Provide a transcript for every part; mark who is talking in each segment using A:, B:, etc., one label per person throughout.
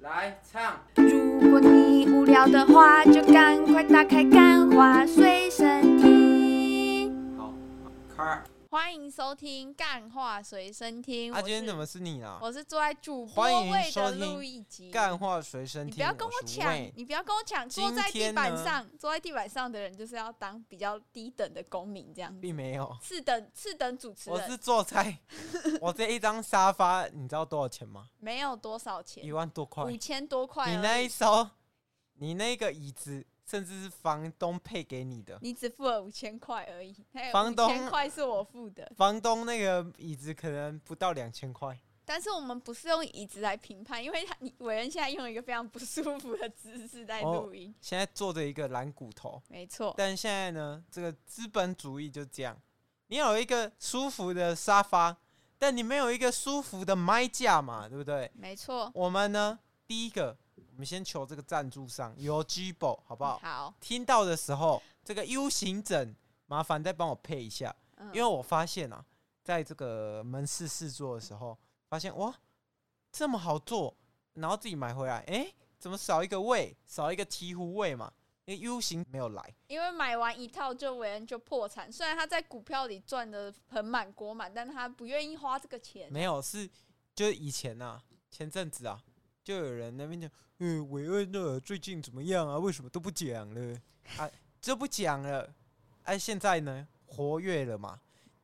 A: 来唱。
B: 如果你无聊的话，就赶快打开《干花随身听》。
A: 开。
C: 欢迎收听《干话随身听》
A: 啊，
C: 我
A: 今天
C: 是
A: 怎么是你啊？
C: 我是坐在主播
A: 欢迎
C: 位
A: 收
C: 的
A: 听
C: 路易吉。
A: 干话随身
C: 你
A: 听，
C: 不要跟我
A: 是
C: 抢
A: 魏，
C: 你不要跟我抢。坐在
A: 今
C: 地
A: 天
C: 板
A: 呢
C: 上，坐在地板上的人就是要当比较低等的公民，这样子。
A: 并没 有，
C: 次等次等主持
A: 我是
C: 人
A: 做菜。我这一张沙发，你知道多少钱吗？
C: 没有多少钱
A: 一，万多块。
C: 五
A: 你
C: 千多块而已。
A: 那一艘，你那个椅子，甚至是房东配给你的。
C: 你只付了五千块而已，还有
A: 房东
C: 五千块是我付的。
A: 房东那个椅子可能不到两千块，
C: 但是我们不是用椅子来评判，因为他你伟人现在用一个非常不舒服的姿势在
A: 哦
C: 录音。
A: 现在坐着一个懒骨头。
C: 没错，
A: 但现在呢，这个资本主义就这样，你有一个舒服的沙发，但你没有一个舒服的麦架嘛，对不对？
C: 没错。
A: 我们呢，第一个，我们先求这个赞助商有 g b o 好不好？
C: 好，
A: 听到的时候，这个 U 型枕，麻烦再帮我配一下，
C: 嗯
A: 因为我发现啊，在这个门市试做的时候，发现哇，这么好做，然后自己买回来，诶，怎么少一个位，少一个提壶位嘛？因为 U 型没有来。
C: 因为买完一套就韦恩就破产，虽然他在股票里赚的盆满锅满，但他不愿意花这个钱。
A: 没有，是就以前呐、前阵子啊，就有人那边讲，嗯，韦恩的最近怎么样啊？为什么都不讲了？啊，就不讲了。哎、现在呢，活跃了嘛，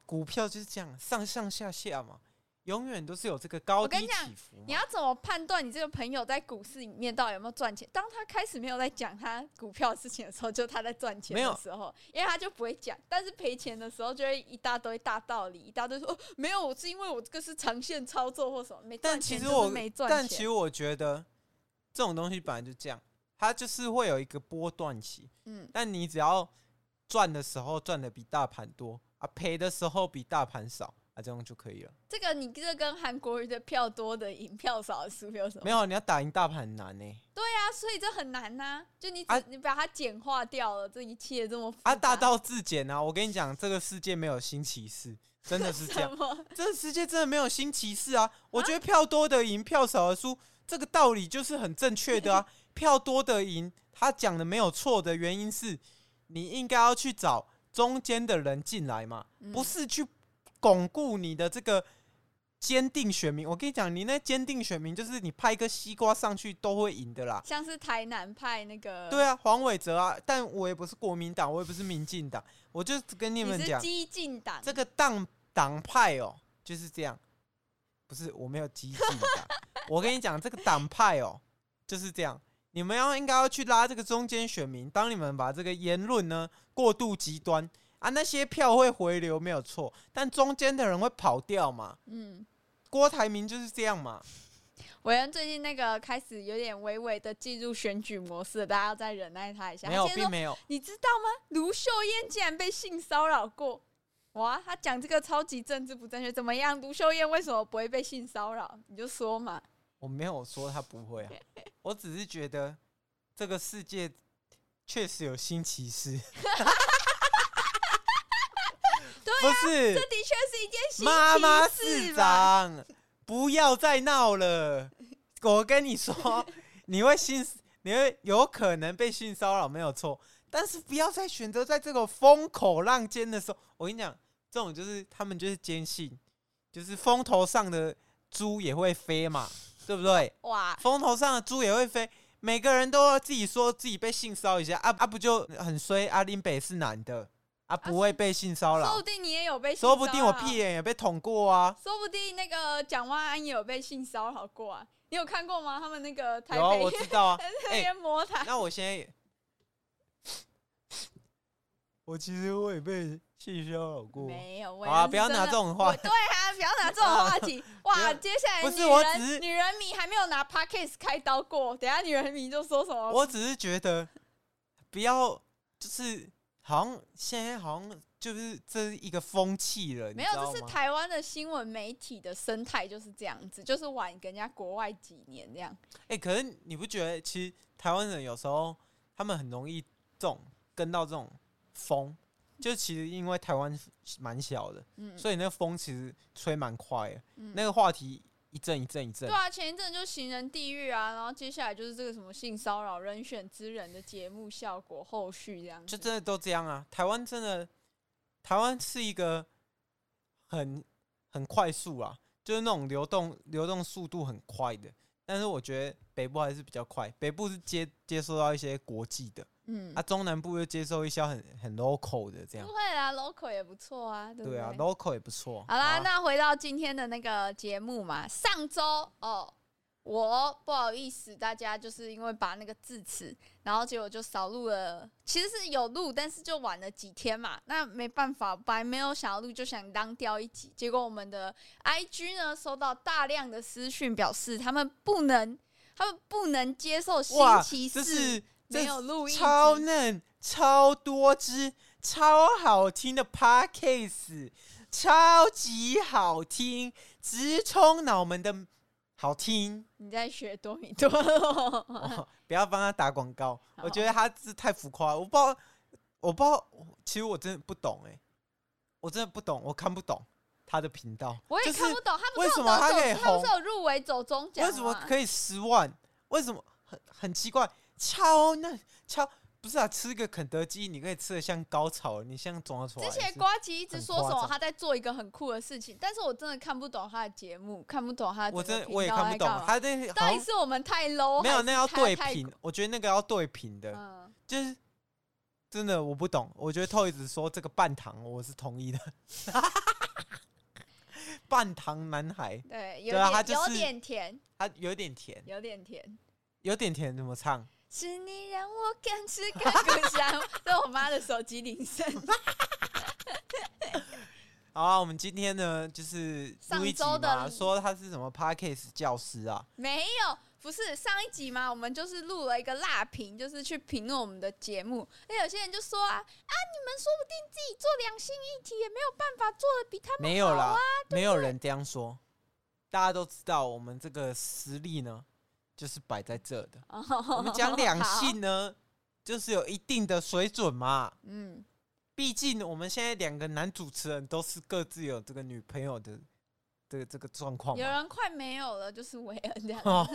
A: 股票就是这样，上上下下嘛，永远都是有这个高
C: 我跟
A: 低
C: 你讲
A: 起伏
C: 你
A: 嘛。
C: 要怎么判断你这个朋友在股市里面到底有没有赚钱？当他开始没有在讲他股票的事情的时候，就他在赚钱
A: 没有
C: 的时候，因为他就不会讲；但是赔钱的时候，就会一大堆大道理，一大堆说哦，没有，我是因为我这个是长线操作或什么没
A: 但
C: 赚
A: 其
C: 钱，
A: 实
C: 就是
A: 我
C: 没，赚钱。
A: 但其实我觉得这种东西本来就这样，它就是会有一个波段期。
C: 嗯，
A: 但你只要赚的时候赚的比大盘多啊，赔的时候比大盘少啊，这样就可以了。
C: 这个你这跟韩国瑜的票多的赢，票少的输有什么？
A: 没有，你要打赢大盘很难呢、
C: 啊，所以这很难呐、就你只、
A: 啊
C: 你把它简化掉了，这一切这么复
A: 啊，大
C: 杂
A: 道至简啊！我跟你讲，这个世界没有新奇事，真的是这
C: 什
A: 样，
C: 么？
A: 这个世界真的没有新奇 事啊！我觉得票多的赢，票少的输，这个道理就是很正确的 啊。票多的赢，他讲的没有错的原因是，你应该要去找中间的人进来嘛，
C: 嗯
A: 不是去巩固你的这个坚定选民。我跟你讲，你那坚定选民就是你派一个西瓜上去都会赢的啦。
C: 像是台南派那个，
A: 对啊，黄伟哲啊，但我也不是国民党，我也不是民进党，我就跟你
C: 你
A: 们
C: 是
A: 讲，
C: 激进党，
A: 这个党党派哦，就是这样，不是我没有激进党，我跟你讲，这个党派哦，就是这样，你们要应该要去拉这个中间选民，当你们把这个言论呢过度极端啊，那些票会回流没有错，但中间的人会跑掉嘛，
C: 嗯，
A: 郭台铭就是这样嘛，
C: 韦恩最近那个开始有点微微的进入选举模式了，大家要再忍耐他一下。
A: 没有，
C: 他先
A: 并
C: 说，
A: 没有。
C: 你知道吗？卢秀燕竟然被性骚扰过。哇，他讲这个超级政治不正确，怎么样？卢秀燕为什么不会被性骚扰？你就说嘛，
A: 我没有说他不会啊，我只是觉得这个世界确实有新奇事。 不
C: 这
A: 是
C: 的确是一件啊新
A: 妈妈市
C: 奇事嘛。
A: 长，不要再闹了！我跟你说，你会性，你会有可能被性骚扰，没有错。但是不要再选择在这个风口浪尖的时候，我跟你讲，这种就是他们就是坚信，就是风头上的猪也会飞嘛，对不对？
C: 哇，
A: 风头上的猪也会飞，每个人都要自己说自己被性骚扰一下啊啊，不就很衰？阿、林北是男的啊，不会被性骚
C: 说
A: 扰
C: 不，定你也有被性
A: 说不定我
C: 骚扰啊
A: 屁眼也被捅过啊。
C: 说不定那个蒋万安也有被性骚扰过啊！你有看过吗？他们那个台
A: 有啊，我
C: 北。
A: 知道啊
C: 那
A: 哎、
C: 边摸他，
A: 那我现在也，我其实我也被性骚扰过？
C: 没有，我
A: 好啊
C: 要是
A: 不要
C: 真
A: 拿
C: 的
A: 这种话
C: 我对啊，不要拿这种话 题。
A: 不
C: 哇，
A: 要
C: 接下来
A: 不是
C: 女
A: 我
C: 人
A: 只是
C: 女人迷还没有拿 p a c k a s e 开刀过，等一下女人迷就说什么？
A: 我只是觉得不要，就是好像现在好像就是这是一个风气了，你
C: 没有，
A: 知道
C: 这是
A: 吗
C: 台湾的新闻媒体的生态就是这样子，就是晚跟人家国外几年这样。
A: 哎、可是你不觉得其实台湾人有时候他们很容易这种跟到这种风，就其实因为台湾蛮小的，
C: 嗯，
A: 所以那个风其实吹蛮快的，
C: 嗯
A: 那个话题一阵一阵一阵
C: 对。啊，前一阵就行人地狱啊，然后接下来就是这个什么性骚扰人选之人的节目效果后续这样
A: 就
C: 子。
A: 真的都这样啊。台湾真的，台湾是一个很很快速啊，就是那种流动流动速度很快的。但是我觉得北部还是比较快，北部是接接收到一些国际的，
C: 嗯
A: 啊，，中南部又接收一些很很 local 的这样
C: 不。会啦，local 也不错啊，对不
A: 对啊
C: 对
A: ，local 也不错。
C: 好啦，那回到今天的那个节目嘛，上周哦，我不好意思，大家就是因为把那个字词，然后结果就少录了，其实是有录，但是就晚了几天嘛，那没办法，本来没有想要录，就想当掉一集，结果我们的 IG 呢收到大量的私讯，表示他们不能，他们不能接受星
A: 哇，
C: 期
A: 这
C: 四
A: 是
C: 没
A: 这
C: 有录一集，
A: 超嫩、超多汁、超好听的 podcast，超级好听，直冲脑门的 好听。
C: 你在学多米多了。
A: 哦、不要帮他打广告，
C: 好
A: 我觉得他是太浮夸了，我不知道，我不知道，其实我真的不懂哎、我真的不懂，我看不懂他的频道，
C: 我也
A: 就是
C: 看不懂，他不是
A: 为
C: 有
A: 什么
C: 走
A: 他可以
C: 他不是
A: 红
C: 有入围走中奖吗？
A: 为什么可以十万？为什么很很奇怪？超嫩超不是啊，吃个肯德基你可以吃的像高潮，你像抓出来
C: 之
A: 是。
C: 前瓜吉一直
A: 很
C: 说什
A: 夸
C: 么
A: 张
C: 他在做一个很酷的事情，但是我真的看不懂他的节目，看不懂他的
A: 我
C: 整
A: 真
C: 个
A: 的我也
C: 频道
A: 看不
C: 在
A: 懂
C: 干，嘛
A: 他那好
C: 到
A: 像
C: 底是我们太 low，
A: 没有
C: 还
A: 那
C: 是
A: 要
C: 他
A: 对
C: 太
A: 平
C: 过，
A: 我觉得那个要对平的，
C: 嗯，
A: 就是真的我不懂。我觉得 Toys 说这个半糖我是同意的， 半糖男孩
C: 对，有
A: 对啊
C: 点、
A: 他就
C: 有
A: 是
C: 点甜，
A: 他有点甜，
C: 有点甜。
A: 有点甜怎么唱？
C: 是你让我感知感更香，这是我妈的手机铃声。
A: 好啊，我们今天呢就是录一集
C: 上周
A: 嘛，
C: 的
A: 说他是什么 Parkes 教师啊，
C: 没有，不是上一集嘛，我们就是录了一个辣评，就是去评论我们的节目。那有些人就说啊啊，你们说不定自己做良性议题也没有办法做的比他们
A: 没有
C: 好
A: 啦
C: 啊，
A: 没有人这样说，大家都知道我们这个实力呢就是摆在这 的。我
C: 我
A: 们讲两，性呢，就是有一定的水准嘛。
C: 嗯，
A: 毕竟我们现在两个男主持人都是各自有这个女朋友的这个这个状况
C: 有
A: 嘛。
C: 人快没有了，就是韦恩这样。
A: 哦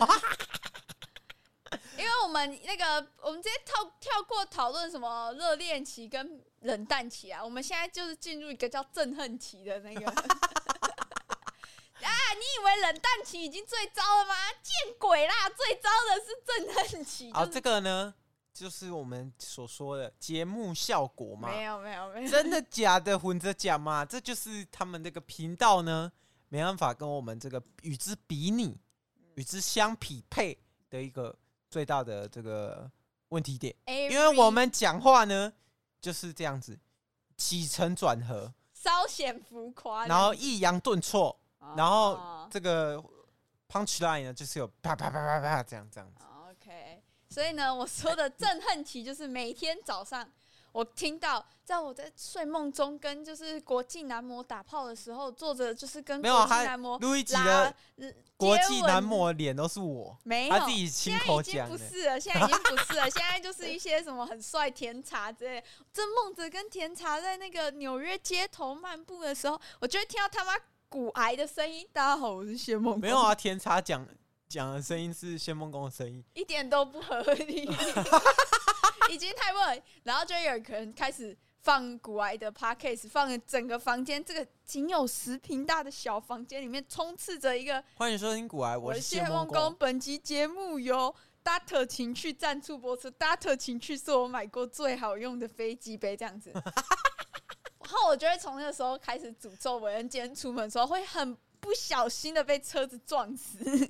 C: 因为我们那个，我们直接跳跳过讨论什么热恋期跟冷淡期啊，我们现在就是进入一个叫憎恨期的那个。 啊，你以为冷淡期已经最糟了吗？见鬼啦！最糟的是憎恨期。
A: 好，
C: 就是
A: 哦这个呢，就是我们所说的节目效果嘛。
C: 没有没有 没有，
A: 真的假的？混着讲嘛，这就是他们这个频道呢，没办法跟我们这个与之比拟、
C: 嗯
A: 与之相匹配的一个最大的这个问题点。因为我们讲话呢就是这样子，起承转合，
C: 稍显浮夸，
A: 然后抑扬顿挫，
C: 哦
A: 然后这个 punch line 呢就是有啪啪啪啪啪这样这样子。
C: OK，所以呢，我说的憎恨期就是每天早上我听到，在我在睡梦中跟就是国际男模打炮的时候，坐着就是跟
A: 没有啊
C: 国际
A: 他
C: 男模
A: 录一集
C: 拉
A: 的
C: 嗯
A: 国
C: 接
A: 际
C: 吻
A: 男模脸都是我，
C: 没有，
A: 他自己亲口
C: 现在已经不
A: 讲的。
C: 是了，现在已经不是了，现在就是一些什么很帅甜茶之类的。郑梦泽跟甜茶在那个纽约街头漫步的时候，我就会听到他妈骨癌的声音。大家好，我是谢梦工。
A: 没有啊，甜茶讲讲的声音是仙梦宫的声音。
C: 一点都不合 理，已经太不合理。然后就有人开始放古埃的 podcast，放整个房间这个仅有十平大的小房间里面，充斥着一个
A: 欢迎收听古来，
C: 我
A: 是
C: 是
A: 谢
C: 谢梦工。
A: 工。
C: 本集节目由 Dart 情趣赞助播出，Dart 情趣是我买过最好用的飞机杯，这样 子。然后我就会从那个时候开始诅咒韦恩，今天出门的时候会很不小心的被车子撞死。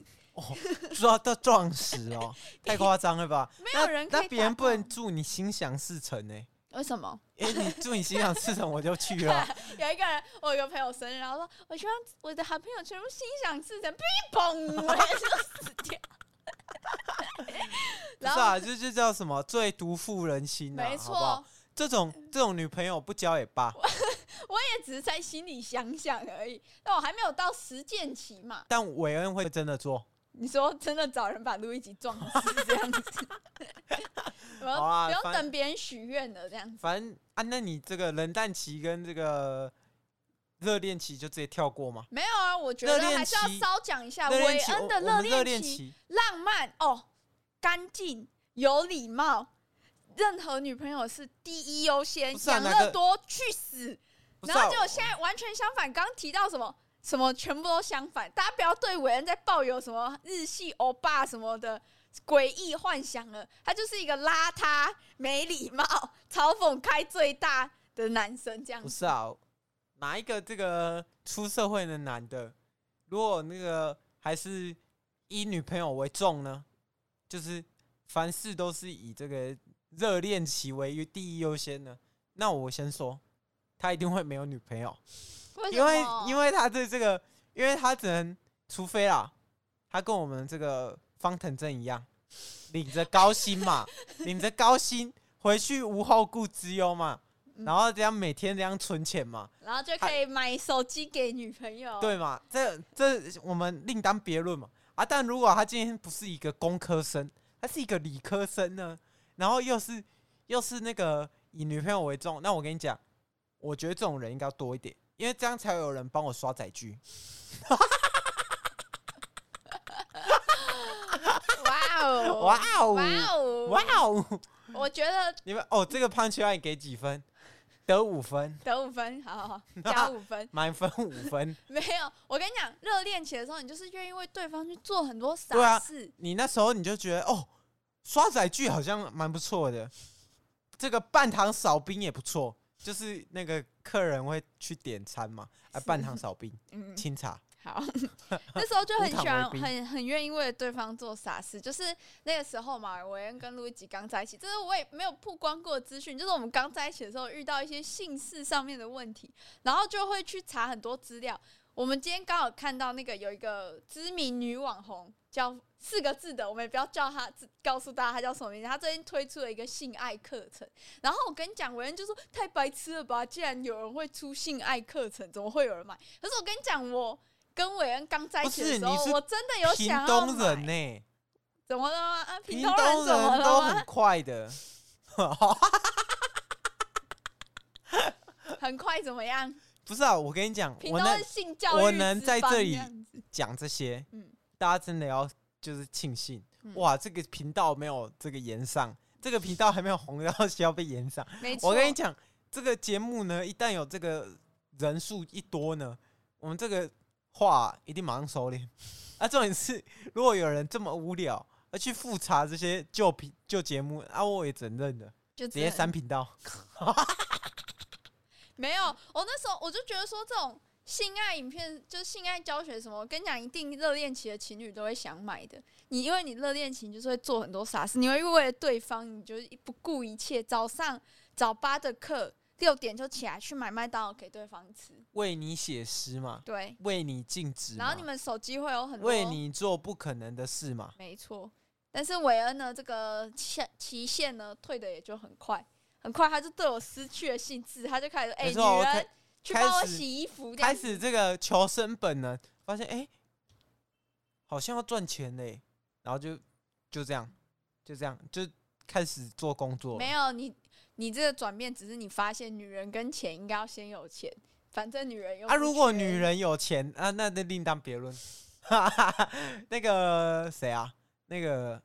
A: 撞到 撞死哦，太夸张了吧？
C: 没有人可以
A: 那那别人
C: 打
A: 不
C: 到
A: 能祝你心想事成呢、
C: 为什么？
A: 哎、你祝你心想事成，我就去 了。
C: 有一个人，我有一个朋友生日，然后说我希望我的好朋友全部心想事成，砰嘣，我也就死掉。
A: 不
C: 然
A: 是
C: 后、
A: 啊，这就叫什么最毒妇人心、啊，
C: 没
A: 好不好
C: 错，
A: 这种这种女朋友不交也罢，
C: 我也只是在心里想想而已，但我还没有到实践期嘛。
A: 但韦恩会真的做。
C: 你说真的找人把路易吉撞死这样子，我
A: 好啊
C: 要不用
A: 反
C: 等别人许愿了这样子。
A: 反正啊，那你这个冷淡期跟这个热恋期就直接跳过吗？
C: 没有啊，我觉
A: 热
C: 得
A: 恋
C: 还是要
A: 期
C: 稍讲一下
A: 热
C: 啊韦
A: 恋期，
C: 恩的
A: 我我们热
C: 恋
A: 恋
C: 期，
A: 期，
C: 浪漫哦，干净有礼貌，任何女朋友是第一优先
A: 不，是啊
C: 养
A: 哪个
C: 乐多去死。
A: 不是
C: 然后
A: 啊
C: 结果现在完全相反，刚提到什么什么全部都相反，大家不要对韦恩在抱有什么日系欧巴什么的诡异幻想了，他就是一个邋遢、没礼貌、 嘲讽开最大的男生这样
A: 不
C: 子。
A: 是啊，哪一个这个出社会的男的，如果那个还是以女朋友为重呢？就是凡事都是以这个热恋期为第一优先呢？那我先说，他一定会没有女朋友，
C: 为什
A: 因为
C: 么？
A: 因
C: 为
A: 为他对这个，因为他只能除非啦，他跟我们这个方腾正一样，领着高薪嘛，领着高薪回去无后顾之忧嘛，
C: 嗯
A: 然后这样每天这样存钱嘛，
C: 然后就可以买手机给女朋友。
A: 对嘛？这这我们另当别论嘛。啊，但如果他今天不是一个工科生，他是一个理科生呢，然后又是又是那个以女朋友为重，那我跟你讲，我觉得这种人应该要多一点，因为这样才有人帮我刷载具。
C: 哇哦，
A: 哇哦，
C: 哇哦，
A: 哇哦！
C: 我觉得
A: 你们哦，这个 punch line 给几分？得五分，
C: 得五分， 好 好好，加五分。
A: 满分五分。
C: 没有，我跟你讲，热恋期的时候，你就是愿意为对方去做很多
A: 对啊
C: 傻事。
A: 你那时候你就觉得哦，刷载具好像蛮不错的，这个半糖少冰也不错，就是那个客人会去点餐嘛，啊，半糖 少冰、
C: 嗯，
A: 清茶，
C: 好， 那时候就很喜
A: 无糖
C: 欢，
A: 为冰
C: 很很愿意为了对方做傻事。就是那个时候嘛，韦恩跟路易吉刚在一起，这是我也没有曝光过的资讯。就是我们刚在一起的时候遇到一些姓氏上面的问题，然后就会去查很多资料。我们今天刚好看到那个有一个知名女网红叫四个字的，我们也不要叫她，只告诉大家她叫什么名字。她最近推出了一个性爱课程，然后我跟你讲，韦恩就说太白痴了吧，竟然有人会出性爱课程，怎么会有人买？可是我跟你讲，我跟韦恩刚在一起
A: 不是
C: 的时候
A: 你是，
C: 我真哎的有
A: 屏
C: 想要
A: 东人
C: 买。
A: 呢、
C: 怎么了吗？啊，
A: 屏
C: 屏东人
A: 东
C: 怎么
A: 人
C: 了
A: 都
C: 吗
A: 很？快的，
C: 很快怎么样？
A: 不是啊？我跟你讲，
C: 屏
A: 我
C: 东
A: 能
C: 是性教育
A: 我能
C: 之
A: 在
C: 邦
A: 这里
C: 样子
A: 讲这些，
C: 嗯
A: 大家真的要就是庆幸，
C: 嗯
A: 哇，这个频道没有这个延上，这个频道还没有红到需要被延上。
C: 没错，
A: 我跟你讲，这个节目呢，一旦有这个人数一多呢，我们这个话一定马上收敛。啊，重点是，如果有人这么无聊，而去复查这些旧频旧节目，啊，我也承认的，
C: 就
A: 直接
C: 真的
A: 删频道。
C: 没有，我那时候我就觉得说，这种性爱影片就是性爱教学什么，我跟你讲，一定热恋期的情侣都会想买的。你因为你热恋期，你就是会做很多傻事，你会为了对方，你就是不顾一切。早上早八的课，六点就起来去买麦当劳给对方吃，
A: 为你写诗嘛，
C: 对。
A: 为你静止嘛，
C: 然后你们手机会有很多，
A: 嗯为你做不可能的事嘛。
C: 没错。但是韦恩呢，这个期期限呢，退的也就很快，很快他就对我失去了兴致，他就开始哎、
A: 没错
C: 女
A: 我开
C: 人去帮我
A: 开始
C: 洗衣服，这样
A: 开
C: 子
A: 始这个求生本能，发现哎、诶好像要赚钱嘞、然后就就这样，就这样就开始做工作了。
C: 没有你，你这个转变只是你发现女人跟钱应该要先有钱，反正女人又
A: 啊，
C: 不
A: 如果
C: 缺
A: 女人有钱啊，那那另当别论。 哈哈哈，那个谁啊，那个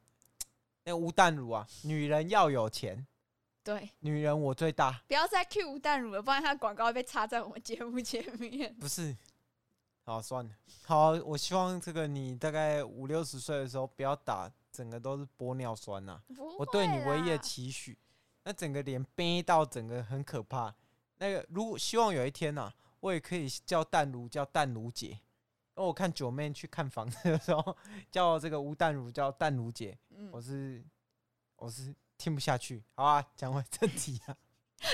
A: 那个吴淡如啊，女人要有钱，
C: 对，
A: 女人我最大，
C: 不要再 Q 吴淡如了，不然她的广告会被插在我们节目前面。
A: 不是？好，算了，好，我希望这个你大概五六十岁的时候，不要打整个都是玻尿酸啊呐、
C: 不
A: 我对你
C: 会
A: 唯一的
C: 啦
A: 期许，那整个脸背到整个很可怕。那个如果希望有一天呐、我也可以叫淡如叫淡如姐。因为我看九妹去看房子的时候，叫这个吴淡如叫淡如姐，
C: 嗯
A: 我是我是听不下去。好啊，讲回正题啊，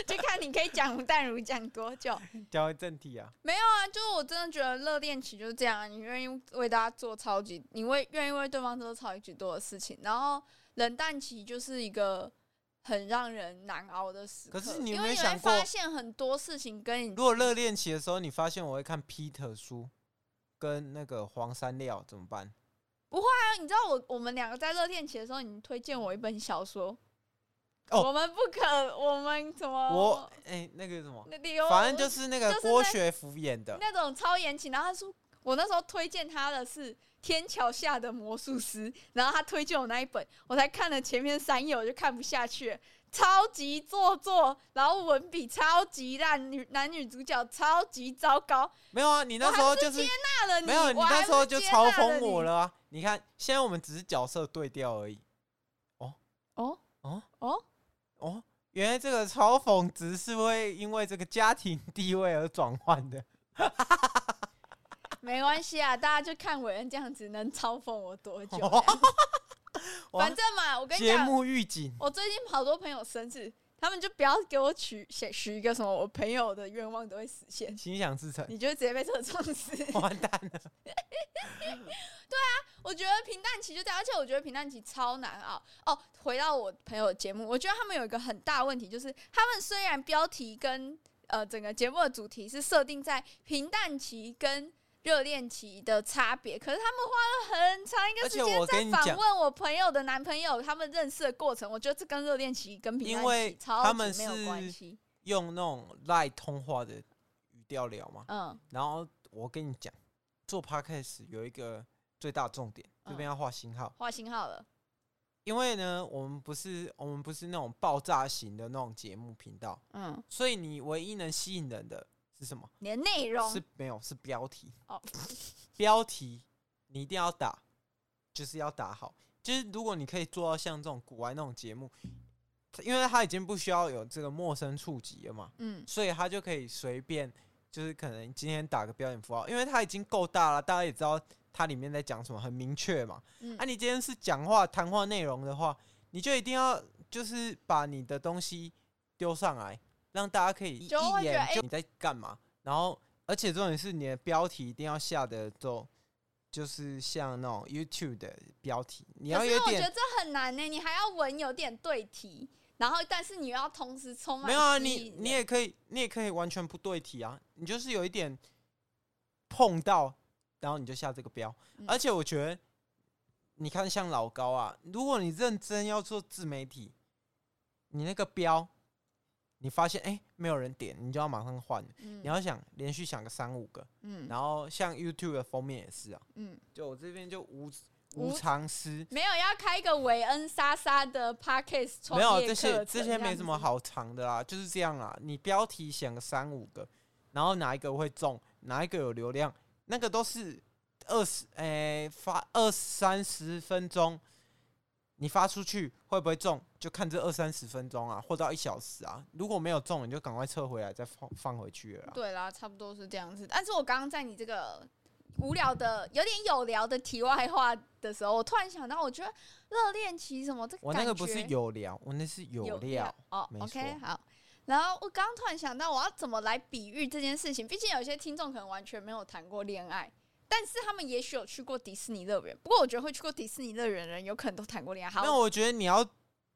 C: 就看你可以讲吴淡如讲多 久。
A: 讲回正题啊，
C: 没有啊，就是我真的觉得热恋期就是这样啊，你愿意为大家做超级，你为愿意为对方做超级多的事情，然后冷淡期就是一个很让人难熬的时刻。
A: 可是你有
C: 因
A: 没
C: 为你
A: 有想
C: 会
A: 过
C: 发现很多事情跟你
A: 如果热恋期的时候，你发现我会看 Peter 书跟那个黄山料怎么办？
C: 啊你知道我我们两个在热恋期的时候，你推荐我一本小说，
A: 哦
C: 我们不可，我们怎么
A: 我哎、那个什么，
C: 那理由
A: 反正就是那个
C: 哦就是
A: 郭
C: 在
A: 学福演的，
C: 那种超言情。然后他说，我那时候推荐他的是《天桥下的魔术师》，然后他推荐我那一本，我才看了前面三页，我就看不下去了，超级做作，然后文笔超级烂，女男女主角超级糟糕。
A: 没有啊？你那时候就是
C: 大了你，
A: 没有，你
C: 我还
A: 那时候
C: 不
A: 就
C: 接
A: 嘲
C: 纳
A: 讽我
C: 你。
A: 了啊！你看，现在我们只是角色对调而已。
C: 哦
A: 哦
C: 哦，
A: 哦，原来这个嘲讽值是会因为这个家庭地位而转换的。
C: 没关系啊，大家就看伟恩这样子能嘲讽我多 久
A: 哇。哇
C: 反正嘛，我跟你
A: 哦节
C: 讲，
A: 目预警，
C: 我最近好多朋友生日，他们就不要给我许写许一个什么，我朋友的愿望都会实现，
A: 心想事成，
C: 你就会直接被车撞死。
A: 完蛋了。
C: 我觉得平淡期就这样，而且我觉得平淡期超难熬。哦，回到我朋友的节目，我觉得他们有一个很大问题，就是他们虽然标题跟呃整个节目的主题是设定在平淡期跟热恋期的差别，可是他们花了很长一个时
A: 而且我跟
C: 间
A: 你
C: 在
A: 讲
C: 访问我朋友的男朋友他们认识的过程。我觉得这跟热恋期跟平
A: 因
C: 淡
A: 为
C: 期超
A: 他
C: 级
A: 们
C: 没有
A: 是
C: 关系。
A: 用那种赖通话的语调聊嘛。
C: 嗯，
A: 然后我跟你讲，做 podcast 有一个最大重点，这
C: 嗯
A: 边要画星号。
C: 画星号了。
A: 因为呢，我们不是我们不是那种爆炸型的那种节目频道，
C: 嗯，
A: 所以你唯一能吸引人的是什么？
C: 你的内容
A: 是没有是标题
C: 哦，
A: 标题你一定要打，就是要打好。就是如果你可以做到像这种古玩那种节目，因为它已经不需要有这个陌生触及了嘛，
C: 嗯
A: 所以它就可以随便，就是可能今天打个标点符号，因为它已经够大了，大家也知道它里面在讲什么，很明确嘛。
C: 嗯
A: 啊，你今天是讲话谈话内容的话，你就一定要就是把你的东西丢上来，让大家可以一
C: 就会觉得
A: 眼
C: 哎
A: 就你在干嘛。然后，而且重点是你的标题一定要下的都就是像那种 YouTube 的标题，你要
C: 可是
A: 有
C: 我觉得
A: 点
C: 这很难呢、你还要文有点对题，然后但是你又要同时充满
A: 没有啊，
C: 吸
A: 你
C: 引
A: 你
C: 人
A: 也可以，你也可以完全不对题啊，你就是有一点碰到，然后你就下这个标。
C: 嗯
A: 而且我觉得，你看像老高啊，如果你认真要做自媒体，你那个标，你发现哎、诶没有人点，你就要马上换。
C: 嗯
A: 你要想连续想个三五个，
C: 嗯
A: 然后像 YouTube 的封面也是啊，
C: 嗯，
A: 就我这边就无
C: 无
A: 无偿师，
C: 没有要开一个韦恩莎莎的 podcast 创
A: 没有
C: 业
A: 这些
C: 课
A: 这
C: 程
A: 些没
C: 样
A: 什么
C: 子
A: 好藏的啦，就是这样啦。你标题想个三五个，然后哪一个会中，哪一个有流量，那个都是二十诶发二三十分钟，你发出去会不会中，就看这二三十分钟啊，或到一小时啊。如果没有中，你就赶快撤回来，再放放回去了啊啦。
C: 对啦，差不多是这样子。但是我刚刚在你这个无聊的、有点有聊的题外话的时候，我突然想到，我觉得热恋期什么这
A: 我
C: 感
A: 那个不
C: 觉
A: 是有聊，我那是有料。
C: 哦
A: 没
C: ，OK，
A: 错
C: 好。然后我刚刚突然想到，我要怎么来比喻这件事情？毕竟有些听众可能完全没有谈过恋爱，但是他们也许有去过迪士尼乐园。不过我觉得会去过迪士尼乐园的人，有可能都谈过恋爱。
A: 那
C: 好，
A: 我觉得你要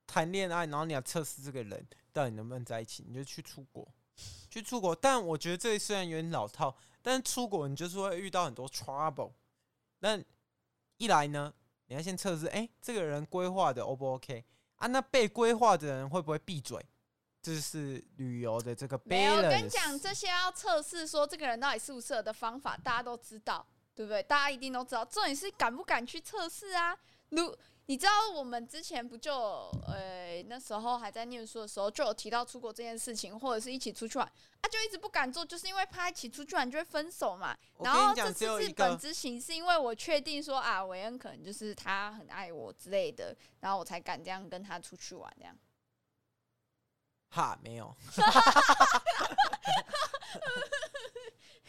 A: 谈恋爱，然后你要测试这个人到底能不能在一起，你就去出国， 去出国。但我觉得这虽然有点老套，但是出国你就是会遇到很多 trouble。那一来呢，你要先测试，哎、这个人规划的 O 不 OK 啊？那被规划的人会不会闭嘴？这是旅游的这个 balance。
C: 没有，我跟你讲，这些要测试说这个人到底适不适合的方法，大家都知道，对不对？大家一定都知道。重点是敢不敢去测试啊？如你知道我们之前不就呃那时候还在念书的时候就有提到出国这件事情，或者是一起出去玩啊，就一直不敢做，就是因为怕一起出去玩就会分手嘛。
A: 我
C: 然
A: 跟你
C: 后
A: 讲
C: 这
A: 只有
C: 次日
A: 一
C: 本
A: 个
C: 之行是因为我确定说啊，韦恩可能就是他很爱我之类的，然后我才敢这样跟他出去玩这样。
A: 哈，没有，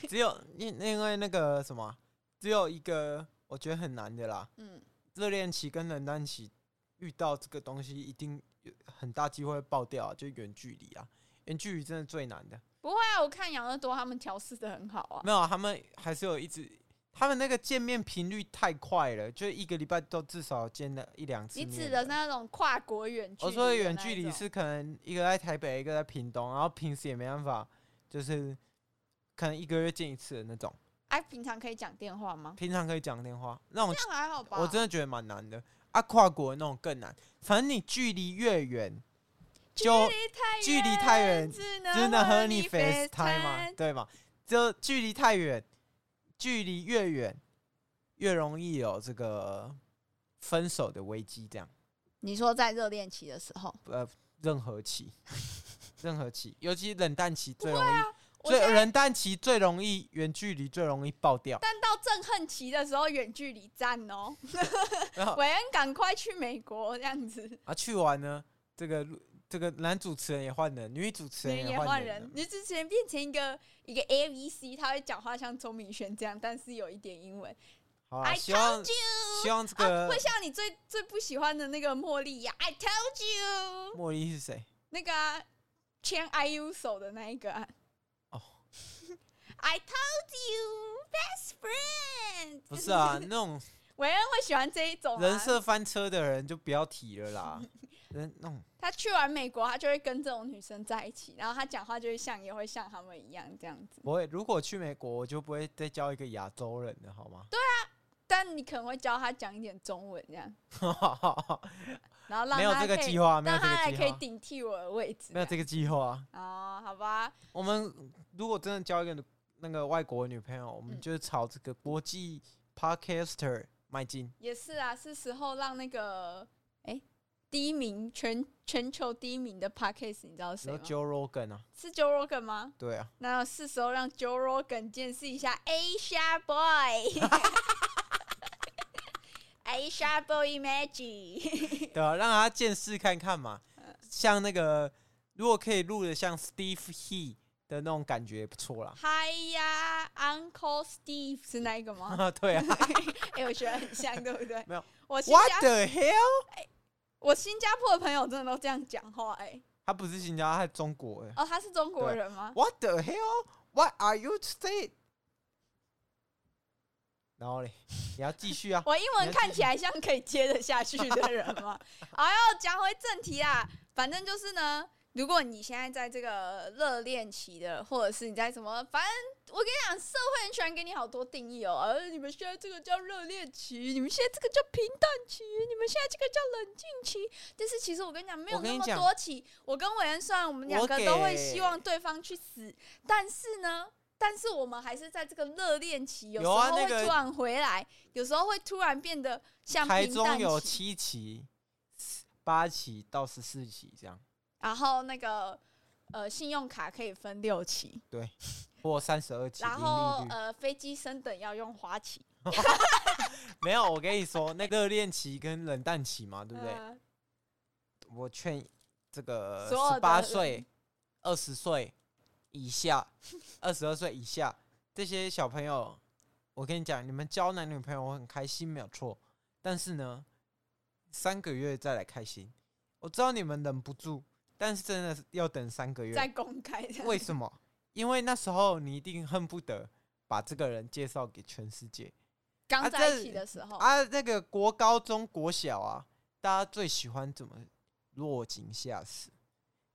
A: 只有因因为那个什么，只有一个我觉得很难的啦。
C: 嗯，
A: 热恋期跟冷淡期遇到这个东西，一定有很大机会爆掉、啊，就远距离啊。远距离真的最难的。
C: 不会啊，我看养乐多他们调试的很好啊。
A: 没有啊，他们还是有一直，他们那个见面频率太快了，就一个礼拜都至少见了一两次
C: 你
A: 面。
C: 指的是那种跨国远距离？
A: 我说的哦远距离是可能一个在台北，一个在屏东，然后平时也没办法，就是可能一个月见一次的那种。
C: 哎、平常可以讲电话吗？
A: 平常可以讲电话，那种
C: 哦这样还好吧？
A: 我真的觉得蛮难的啊。跨国那种更难，反正你距离越远，
C: 距
A: 就
C: 离太远，
A: 距离太远
C: 只
A: 真
C: 能
A: 的和
C: 和
A: 你
C: 你
A: FaceTime 啊嘛，
C: FaceTime
A: 对嘛？就距离太远，距离越远，越容易有这个分手的危机。这样，
C: 你说在热恋期的时候，
A: 呃，任何期， 任何期，尤其冷淡期最容易，
C: 啊我
A: 最
C: 现在
A: 冷淡期最容易远距离最容易爆掉。
C: 但到憎恨期的时候，远距离战哦。
A: 然后
C: 韦恩，赶快去美国这样子，
A: 啊，去完呢，这个录这个男主持人也换人，女主持人
C: 也
A: 也
C: 换
A: 换
C: 人
A: 人，
C: 你之前变成一个一个 A B C，他会讲话像钟明轩这样，但是有一点英文。
A: 好啊，
C: I
A: 希望
C: told you，
A: 希望这
C: 啊，
A: 个
C: 会像你最最不喜欢的那个茉莉呀、i told you，
A: 茉莉是谁？
C: 那个啊，牵 IU 手的那一个啊。
A: 哦
C: I told you, best friend。
A: 不 是啊，那种
C: 韦恩会喜欢这一种、啊、
A: 人设翻车的人就不要提了啦。人那种
C: 他去完美国，他就会跟这种女生在一起，然后他讲话就会像也会像他们一样这样子。
A: 不会，如果去美国，我就不会再交一个亚洲人了，好吗？对，
C: 但你可能会教他讲一点中文这样，然后让
A: 没有
C: 他
A: 这个
C: 可以
A: 计划，没有
C: 让
A: 这
C: 他
A: 个
C: 还可
A: 计
C: 以
A: 划，
C: 顶替我的位置。
A: 没有这个计划。
C: 样哦，好吧，
A: 我们如果真的交一个那个外国女朋友，我们
C: 嗯
A: 就是朝这个国际 podcaster 迈进。
C: 也是啊，是时候让那个哎、第一名全全球第一名的 Parkes，你知道是谁
A: 然
C: 吗
A: 后？Joe Rogan 啊，
C: 是 Joe Rogan 吗？
A: 对 啊，
C: 那是时候让 Joe Rogan 见识一下 Asia Boy。Asia Boy Magic，
A: 对啊，让他见识看看嘛。
C: 嗯
A: 像那个，如果可以录的像 Steve He 的那种感觉也不错啦。
C: 嗨呀，Uncle Steve 是那一个吗？
A: 啊，对啊。
C: 哎、我觉得很像，对不对？
A: 没有，
C: 我 新
A: What
C: 加
A: the hell？
C: 我新加坡的朋友真的都这样讲话、哎，
A: 他不是新加坡，他是中国的。
C: 哦，他是中国人吗？。
A: What the hell？What are you saying？然后嘞，你要继续啊
C: 我英文看起来像可以接得下去的人吗？哎呦，讲回正题啊，反正就是呢，如果你现在在这个热恋期的，或者是你在什么，反正我跟你讲，社会很喜欢给你好多定义哦。呃，你们现在这个叫热恋期，你们现在这个叫平淡期，你们现在这个叫冷静期。但是其实我跟你讲，没有
A: 我跟
C: 那
A: 你
C: 么
A: 讲
C: 多期。我跟伟恩虽然我们两
A: 我
C: 个都会
A: 给
C: 希望对方去死，但是呢。但是我们还是在这个热恋期，有时
A: 有啊
C: 候会
A: 那个
C: 突然回来，有时候会突然变得像
A: 台
C: 平
A: 中
C: 淡
A: 有
C: 期，
A: 七期、八期到十四期这样，
C: 然后那个呃信用卡可以分六期，
A: 或三十二期盈
C: 然后
A: 利率。
C: 呃飞机升等要用花旗，
A: 没有，我跟你说，那个热恋期跟冷淡期嘛，对不对？
C: 呃
A: 我劝这个
C: 所有的
A: 十八
C: 人
A: 岁、二十岁以下、二十二岁以下这些小朋友，我跟你讲，你们交男女朋友我很开心，没有错。但是呢，三个月再来开心，我知道你们忍不住，但是真的是要等三个
C: 再
A: 月。
C: 公开 这样
A: 为什么？因为那时候你一定恨不得把这个人介绍给全世界啊
C: 刚在
A: 这
C: 一起的时候，
A: 啊！那个国高中、国小啊，大家最喜欢怎么落井下石？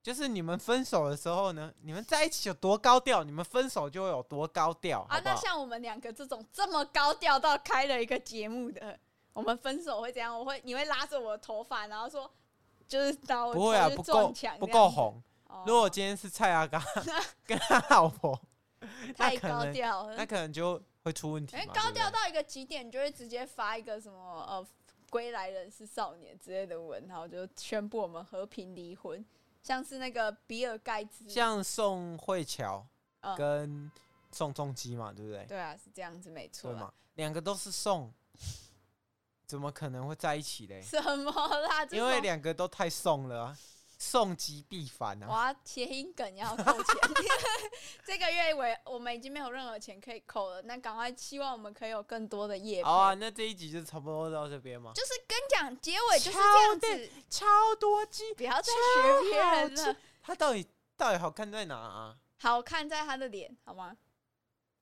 A: 就是你们分手的时候呢，你们在一起有多高调，你们分手就会有多高调，
C: 啊
A: 好不
C: 那
A: 好？
C: 像我们两个这种这么高调到开了一个节目的，我们分手会怎样？我会你会拉着我的头发，然后说就是到我
A: 不会啊，
C: 头就
A: 不
C: 撞
A: 够
C: 墙
A: 不
C: 这样
A: 够
C: 子。
A: 红。
C: 哦
A: 如果今天是蔡 阿嘎跟他老婆，那
C: 太
A: 可
C: 高
A: 能
C: 调了，
A: 那可能就会出问题
C: 因为
A: 嘛。
C: 嗯哎高调
A: 对不对
C: 到一个极点，你就会直接发一个什么呃“归来人是少年”之类的文，然后就宣布我们和平离婚，像是那个比尔盖茨，
A: 像宋慧乔
C: 嗯
A: 跟宋仲基嘛，对不对？
C: 对啊，是这样子没错
A: 对
C: 啦
A: 嘛。，两个都是宋，怎么可能会在一起嘞？
C: 什么啦？啊这
A: 因为
C: 种
A: 两个都太送了、啊，送极必反啊！
C: 哇，谐音梗要扣钱， 这个月尾我们已经没有任何钱可以扣了，那赶快希望我们可以有更多的业配。
A: 好啊，那这一集就差不多到这边嘛。
C: 就是跟你讲，结尾就是这样
A: 超
C: 子，
A: 超多鸡，
C: 不要再学别人
A: 超好
C: 了
A: 吃。他到底到底好看在哪啊
C: 好看在他的脸，好吗？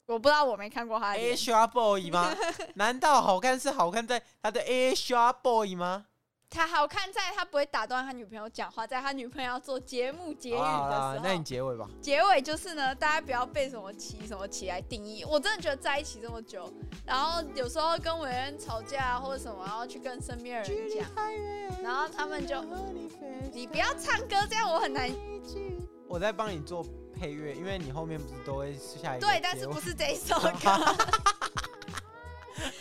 C: 我不知道，我没看过他的脸。
A: ？Asia Boy 吗？难道好看是好看在他的 Asia Boy 吗？
C: 他好看在他不会打断他女朋友讲话，在他女朋友要做节目结语的时候，
A: 啊，那你结尾吧。
C: 结尾就是呢，大家不要被什么期什么期来定义。我真的觉得在一起这么久，然后有时候跟伟恩吵架或者什么，然后去跟身边的人讲，然后他们就你不要唱歌，这样 我很 难。
A: 我在帮你做配乐，因为你后面不是都会下一个
C: 对，但
A: 结
C: 是
A: 尾
C: 不是这一 首歌？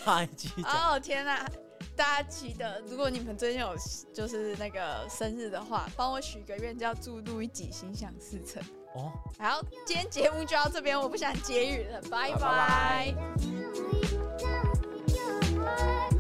A: 好，你继续讲。
C: 哦天哪、大家记得，如果你们最近有就是那个生日的话，帮我许个愿，叫祝路一己心想事成。
A: 哦，
C: 好，今天节目就到这边，我不想结语了，拜
A: 拜
C: 拜
A: 拜
D: you.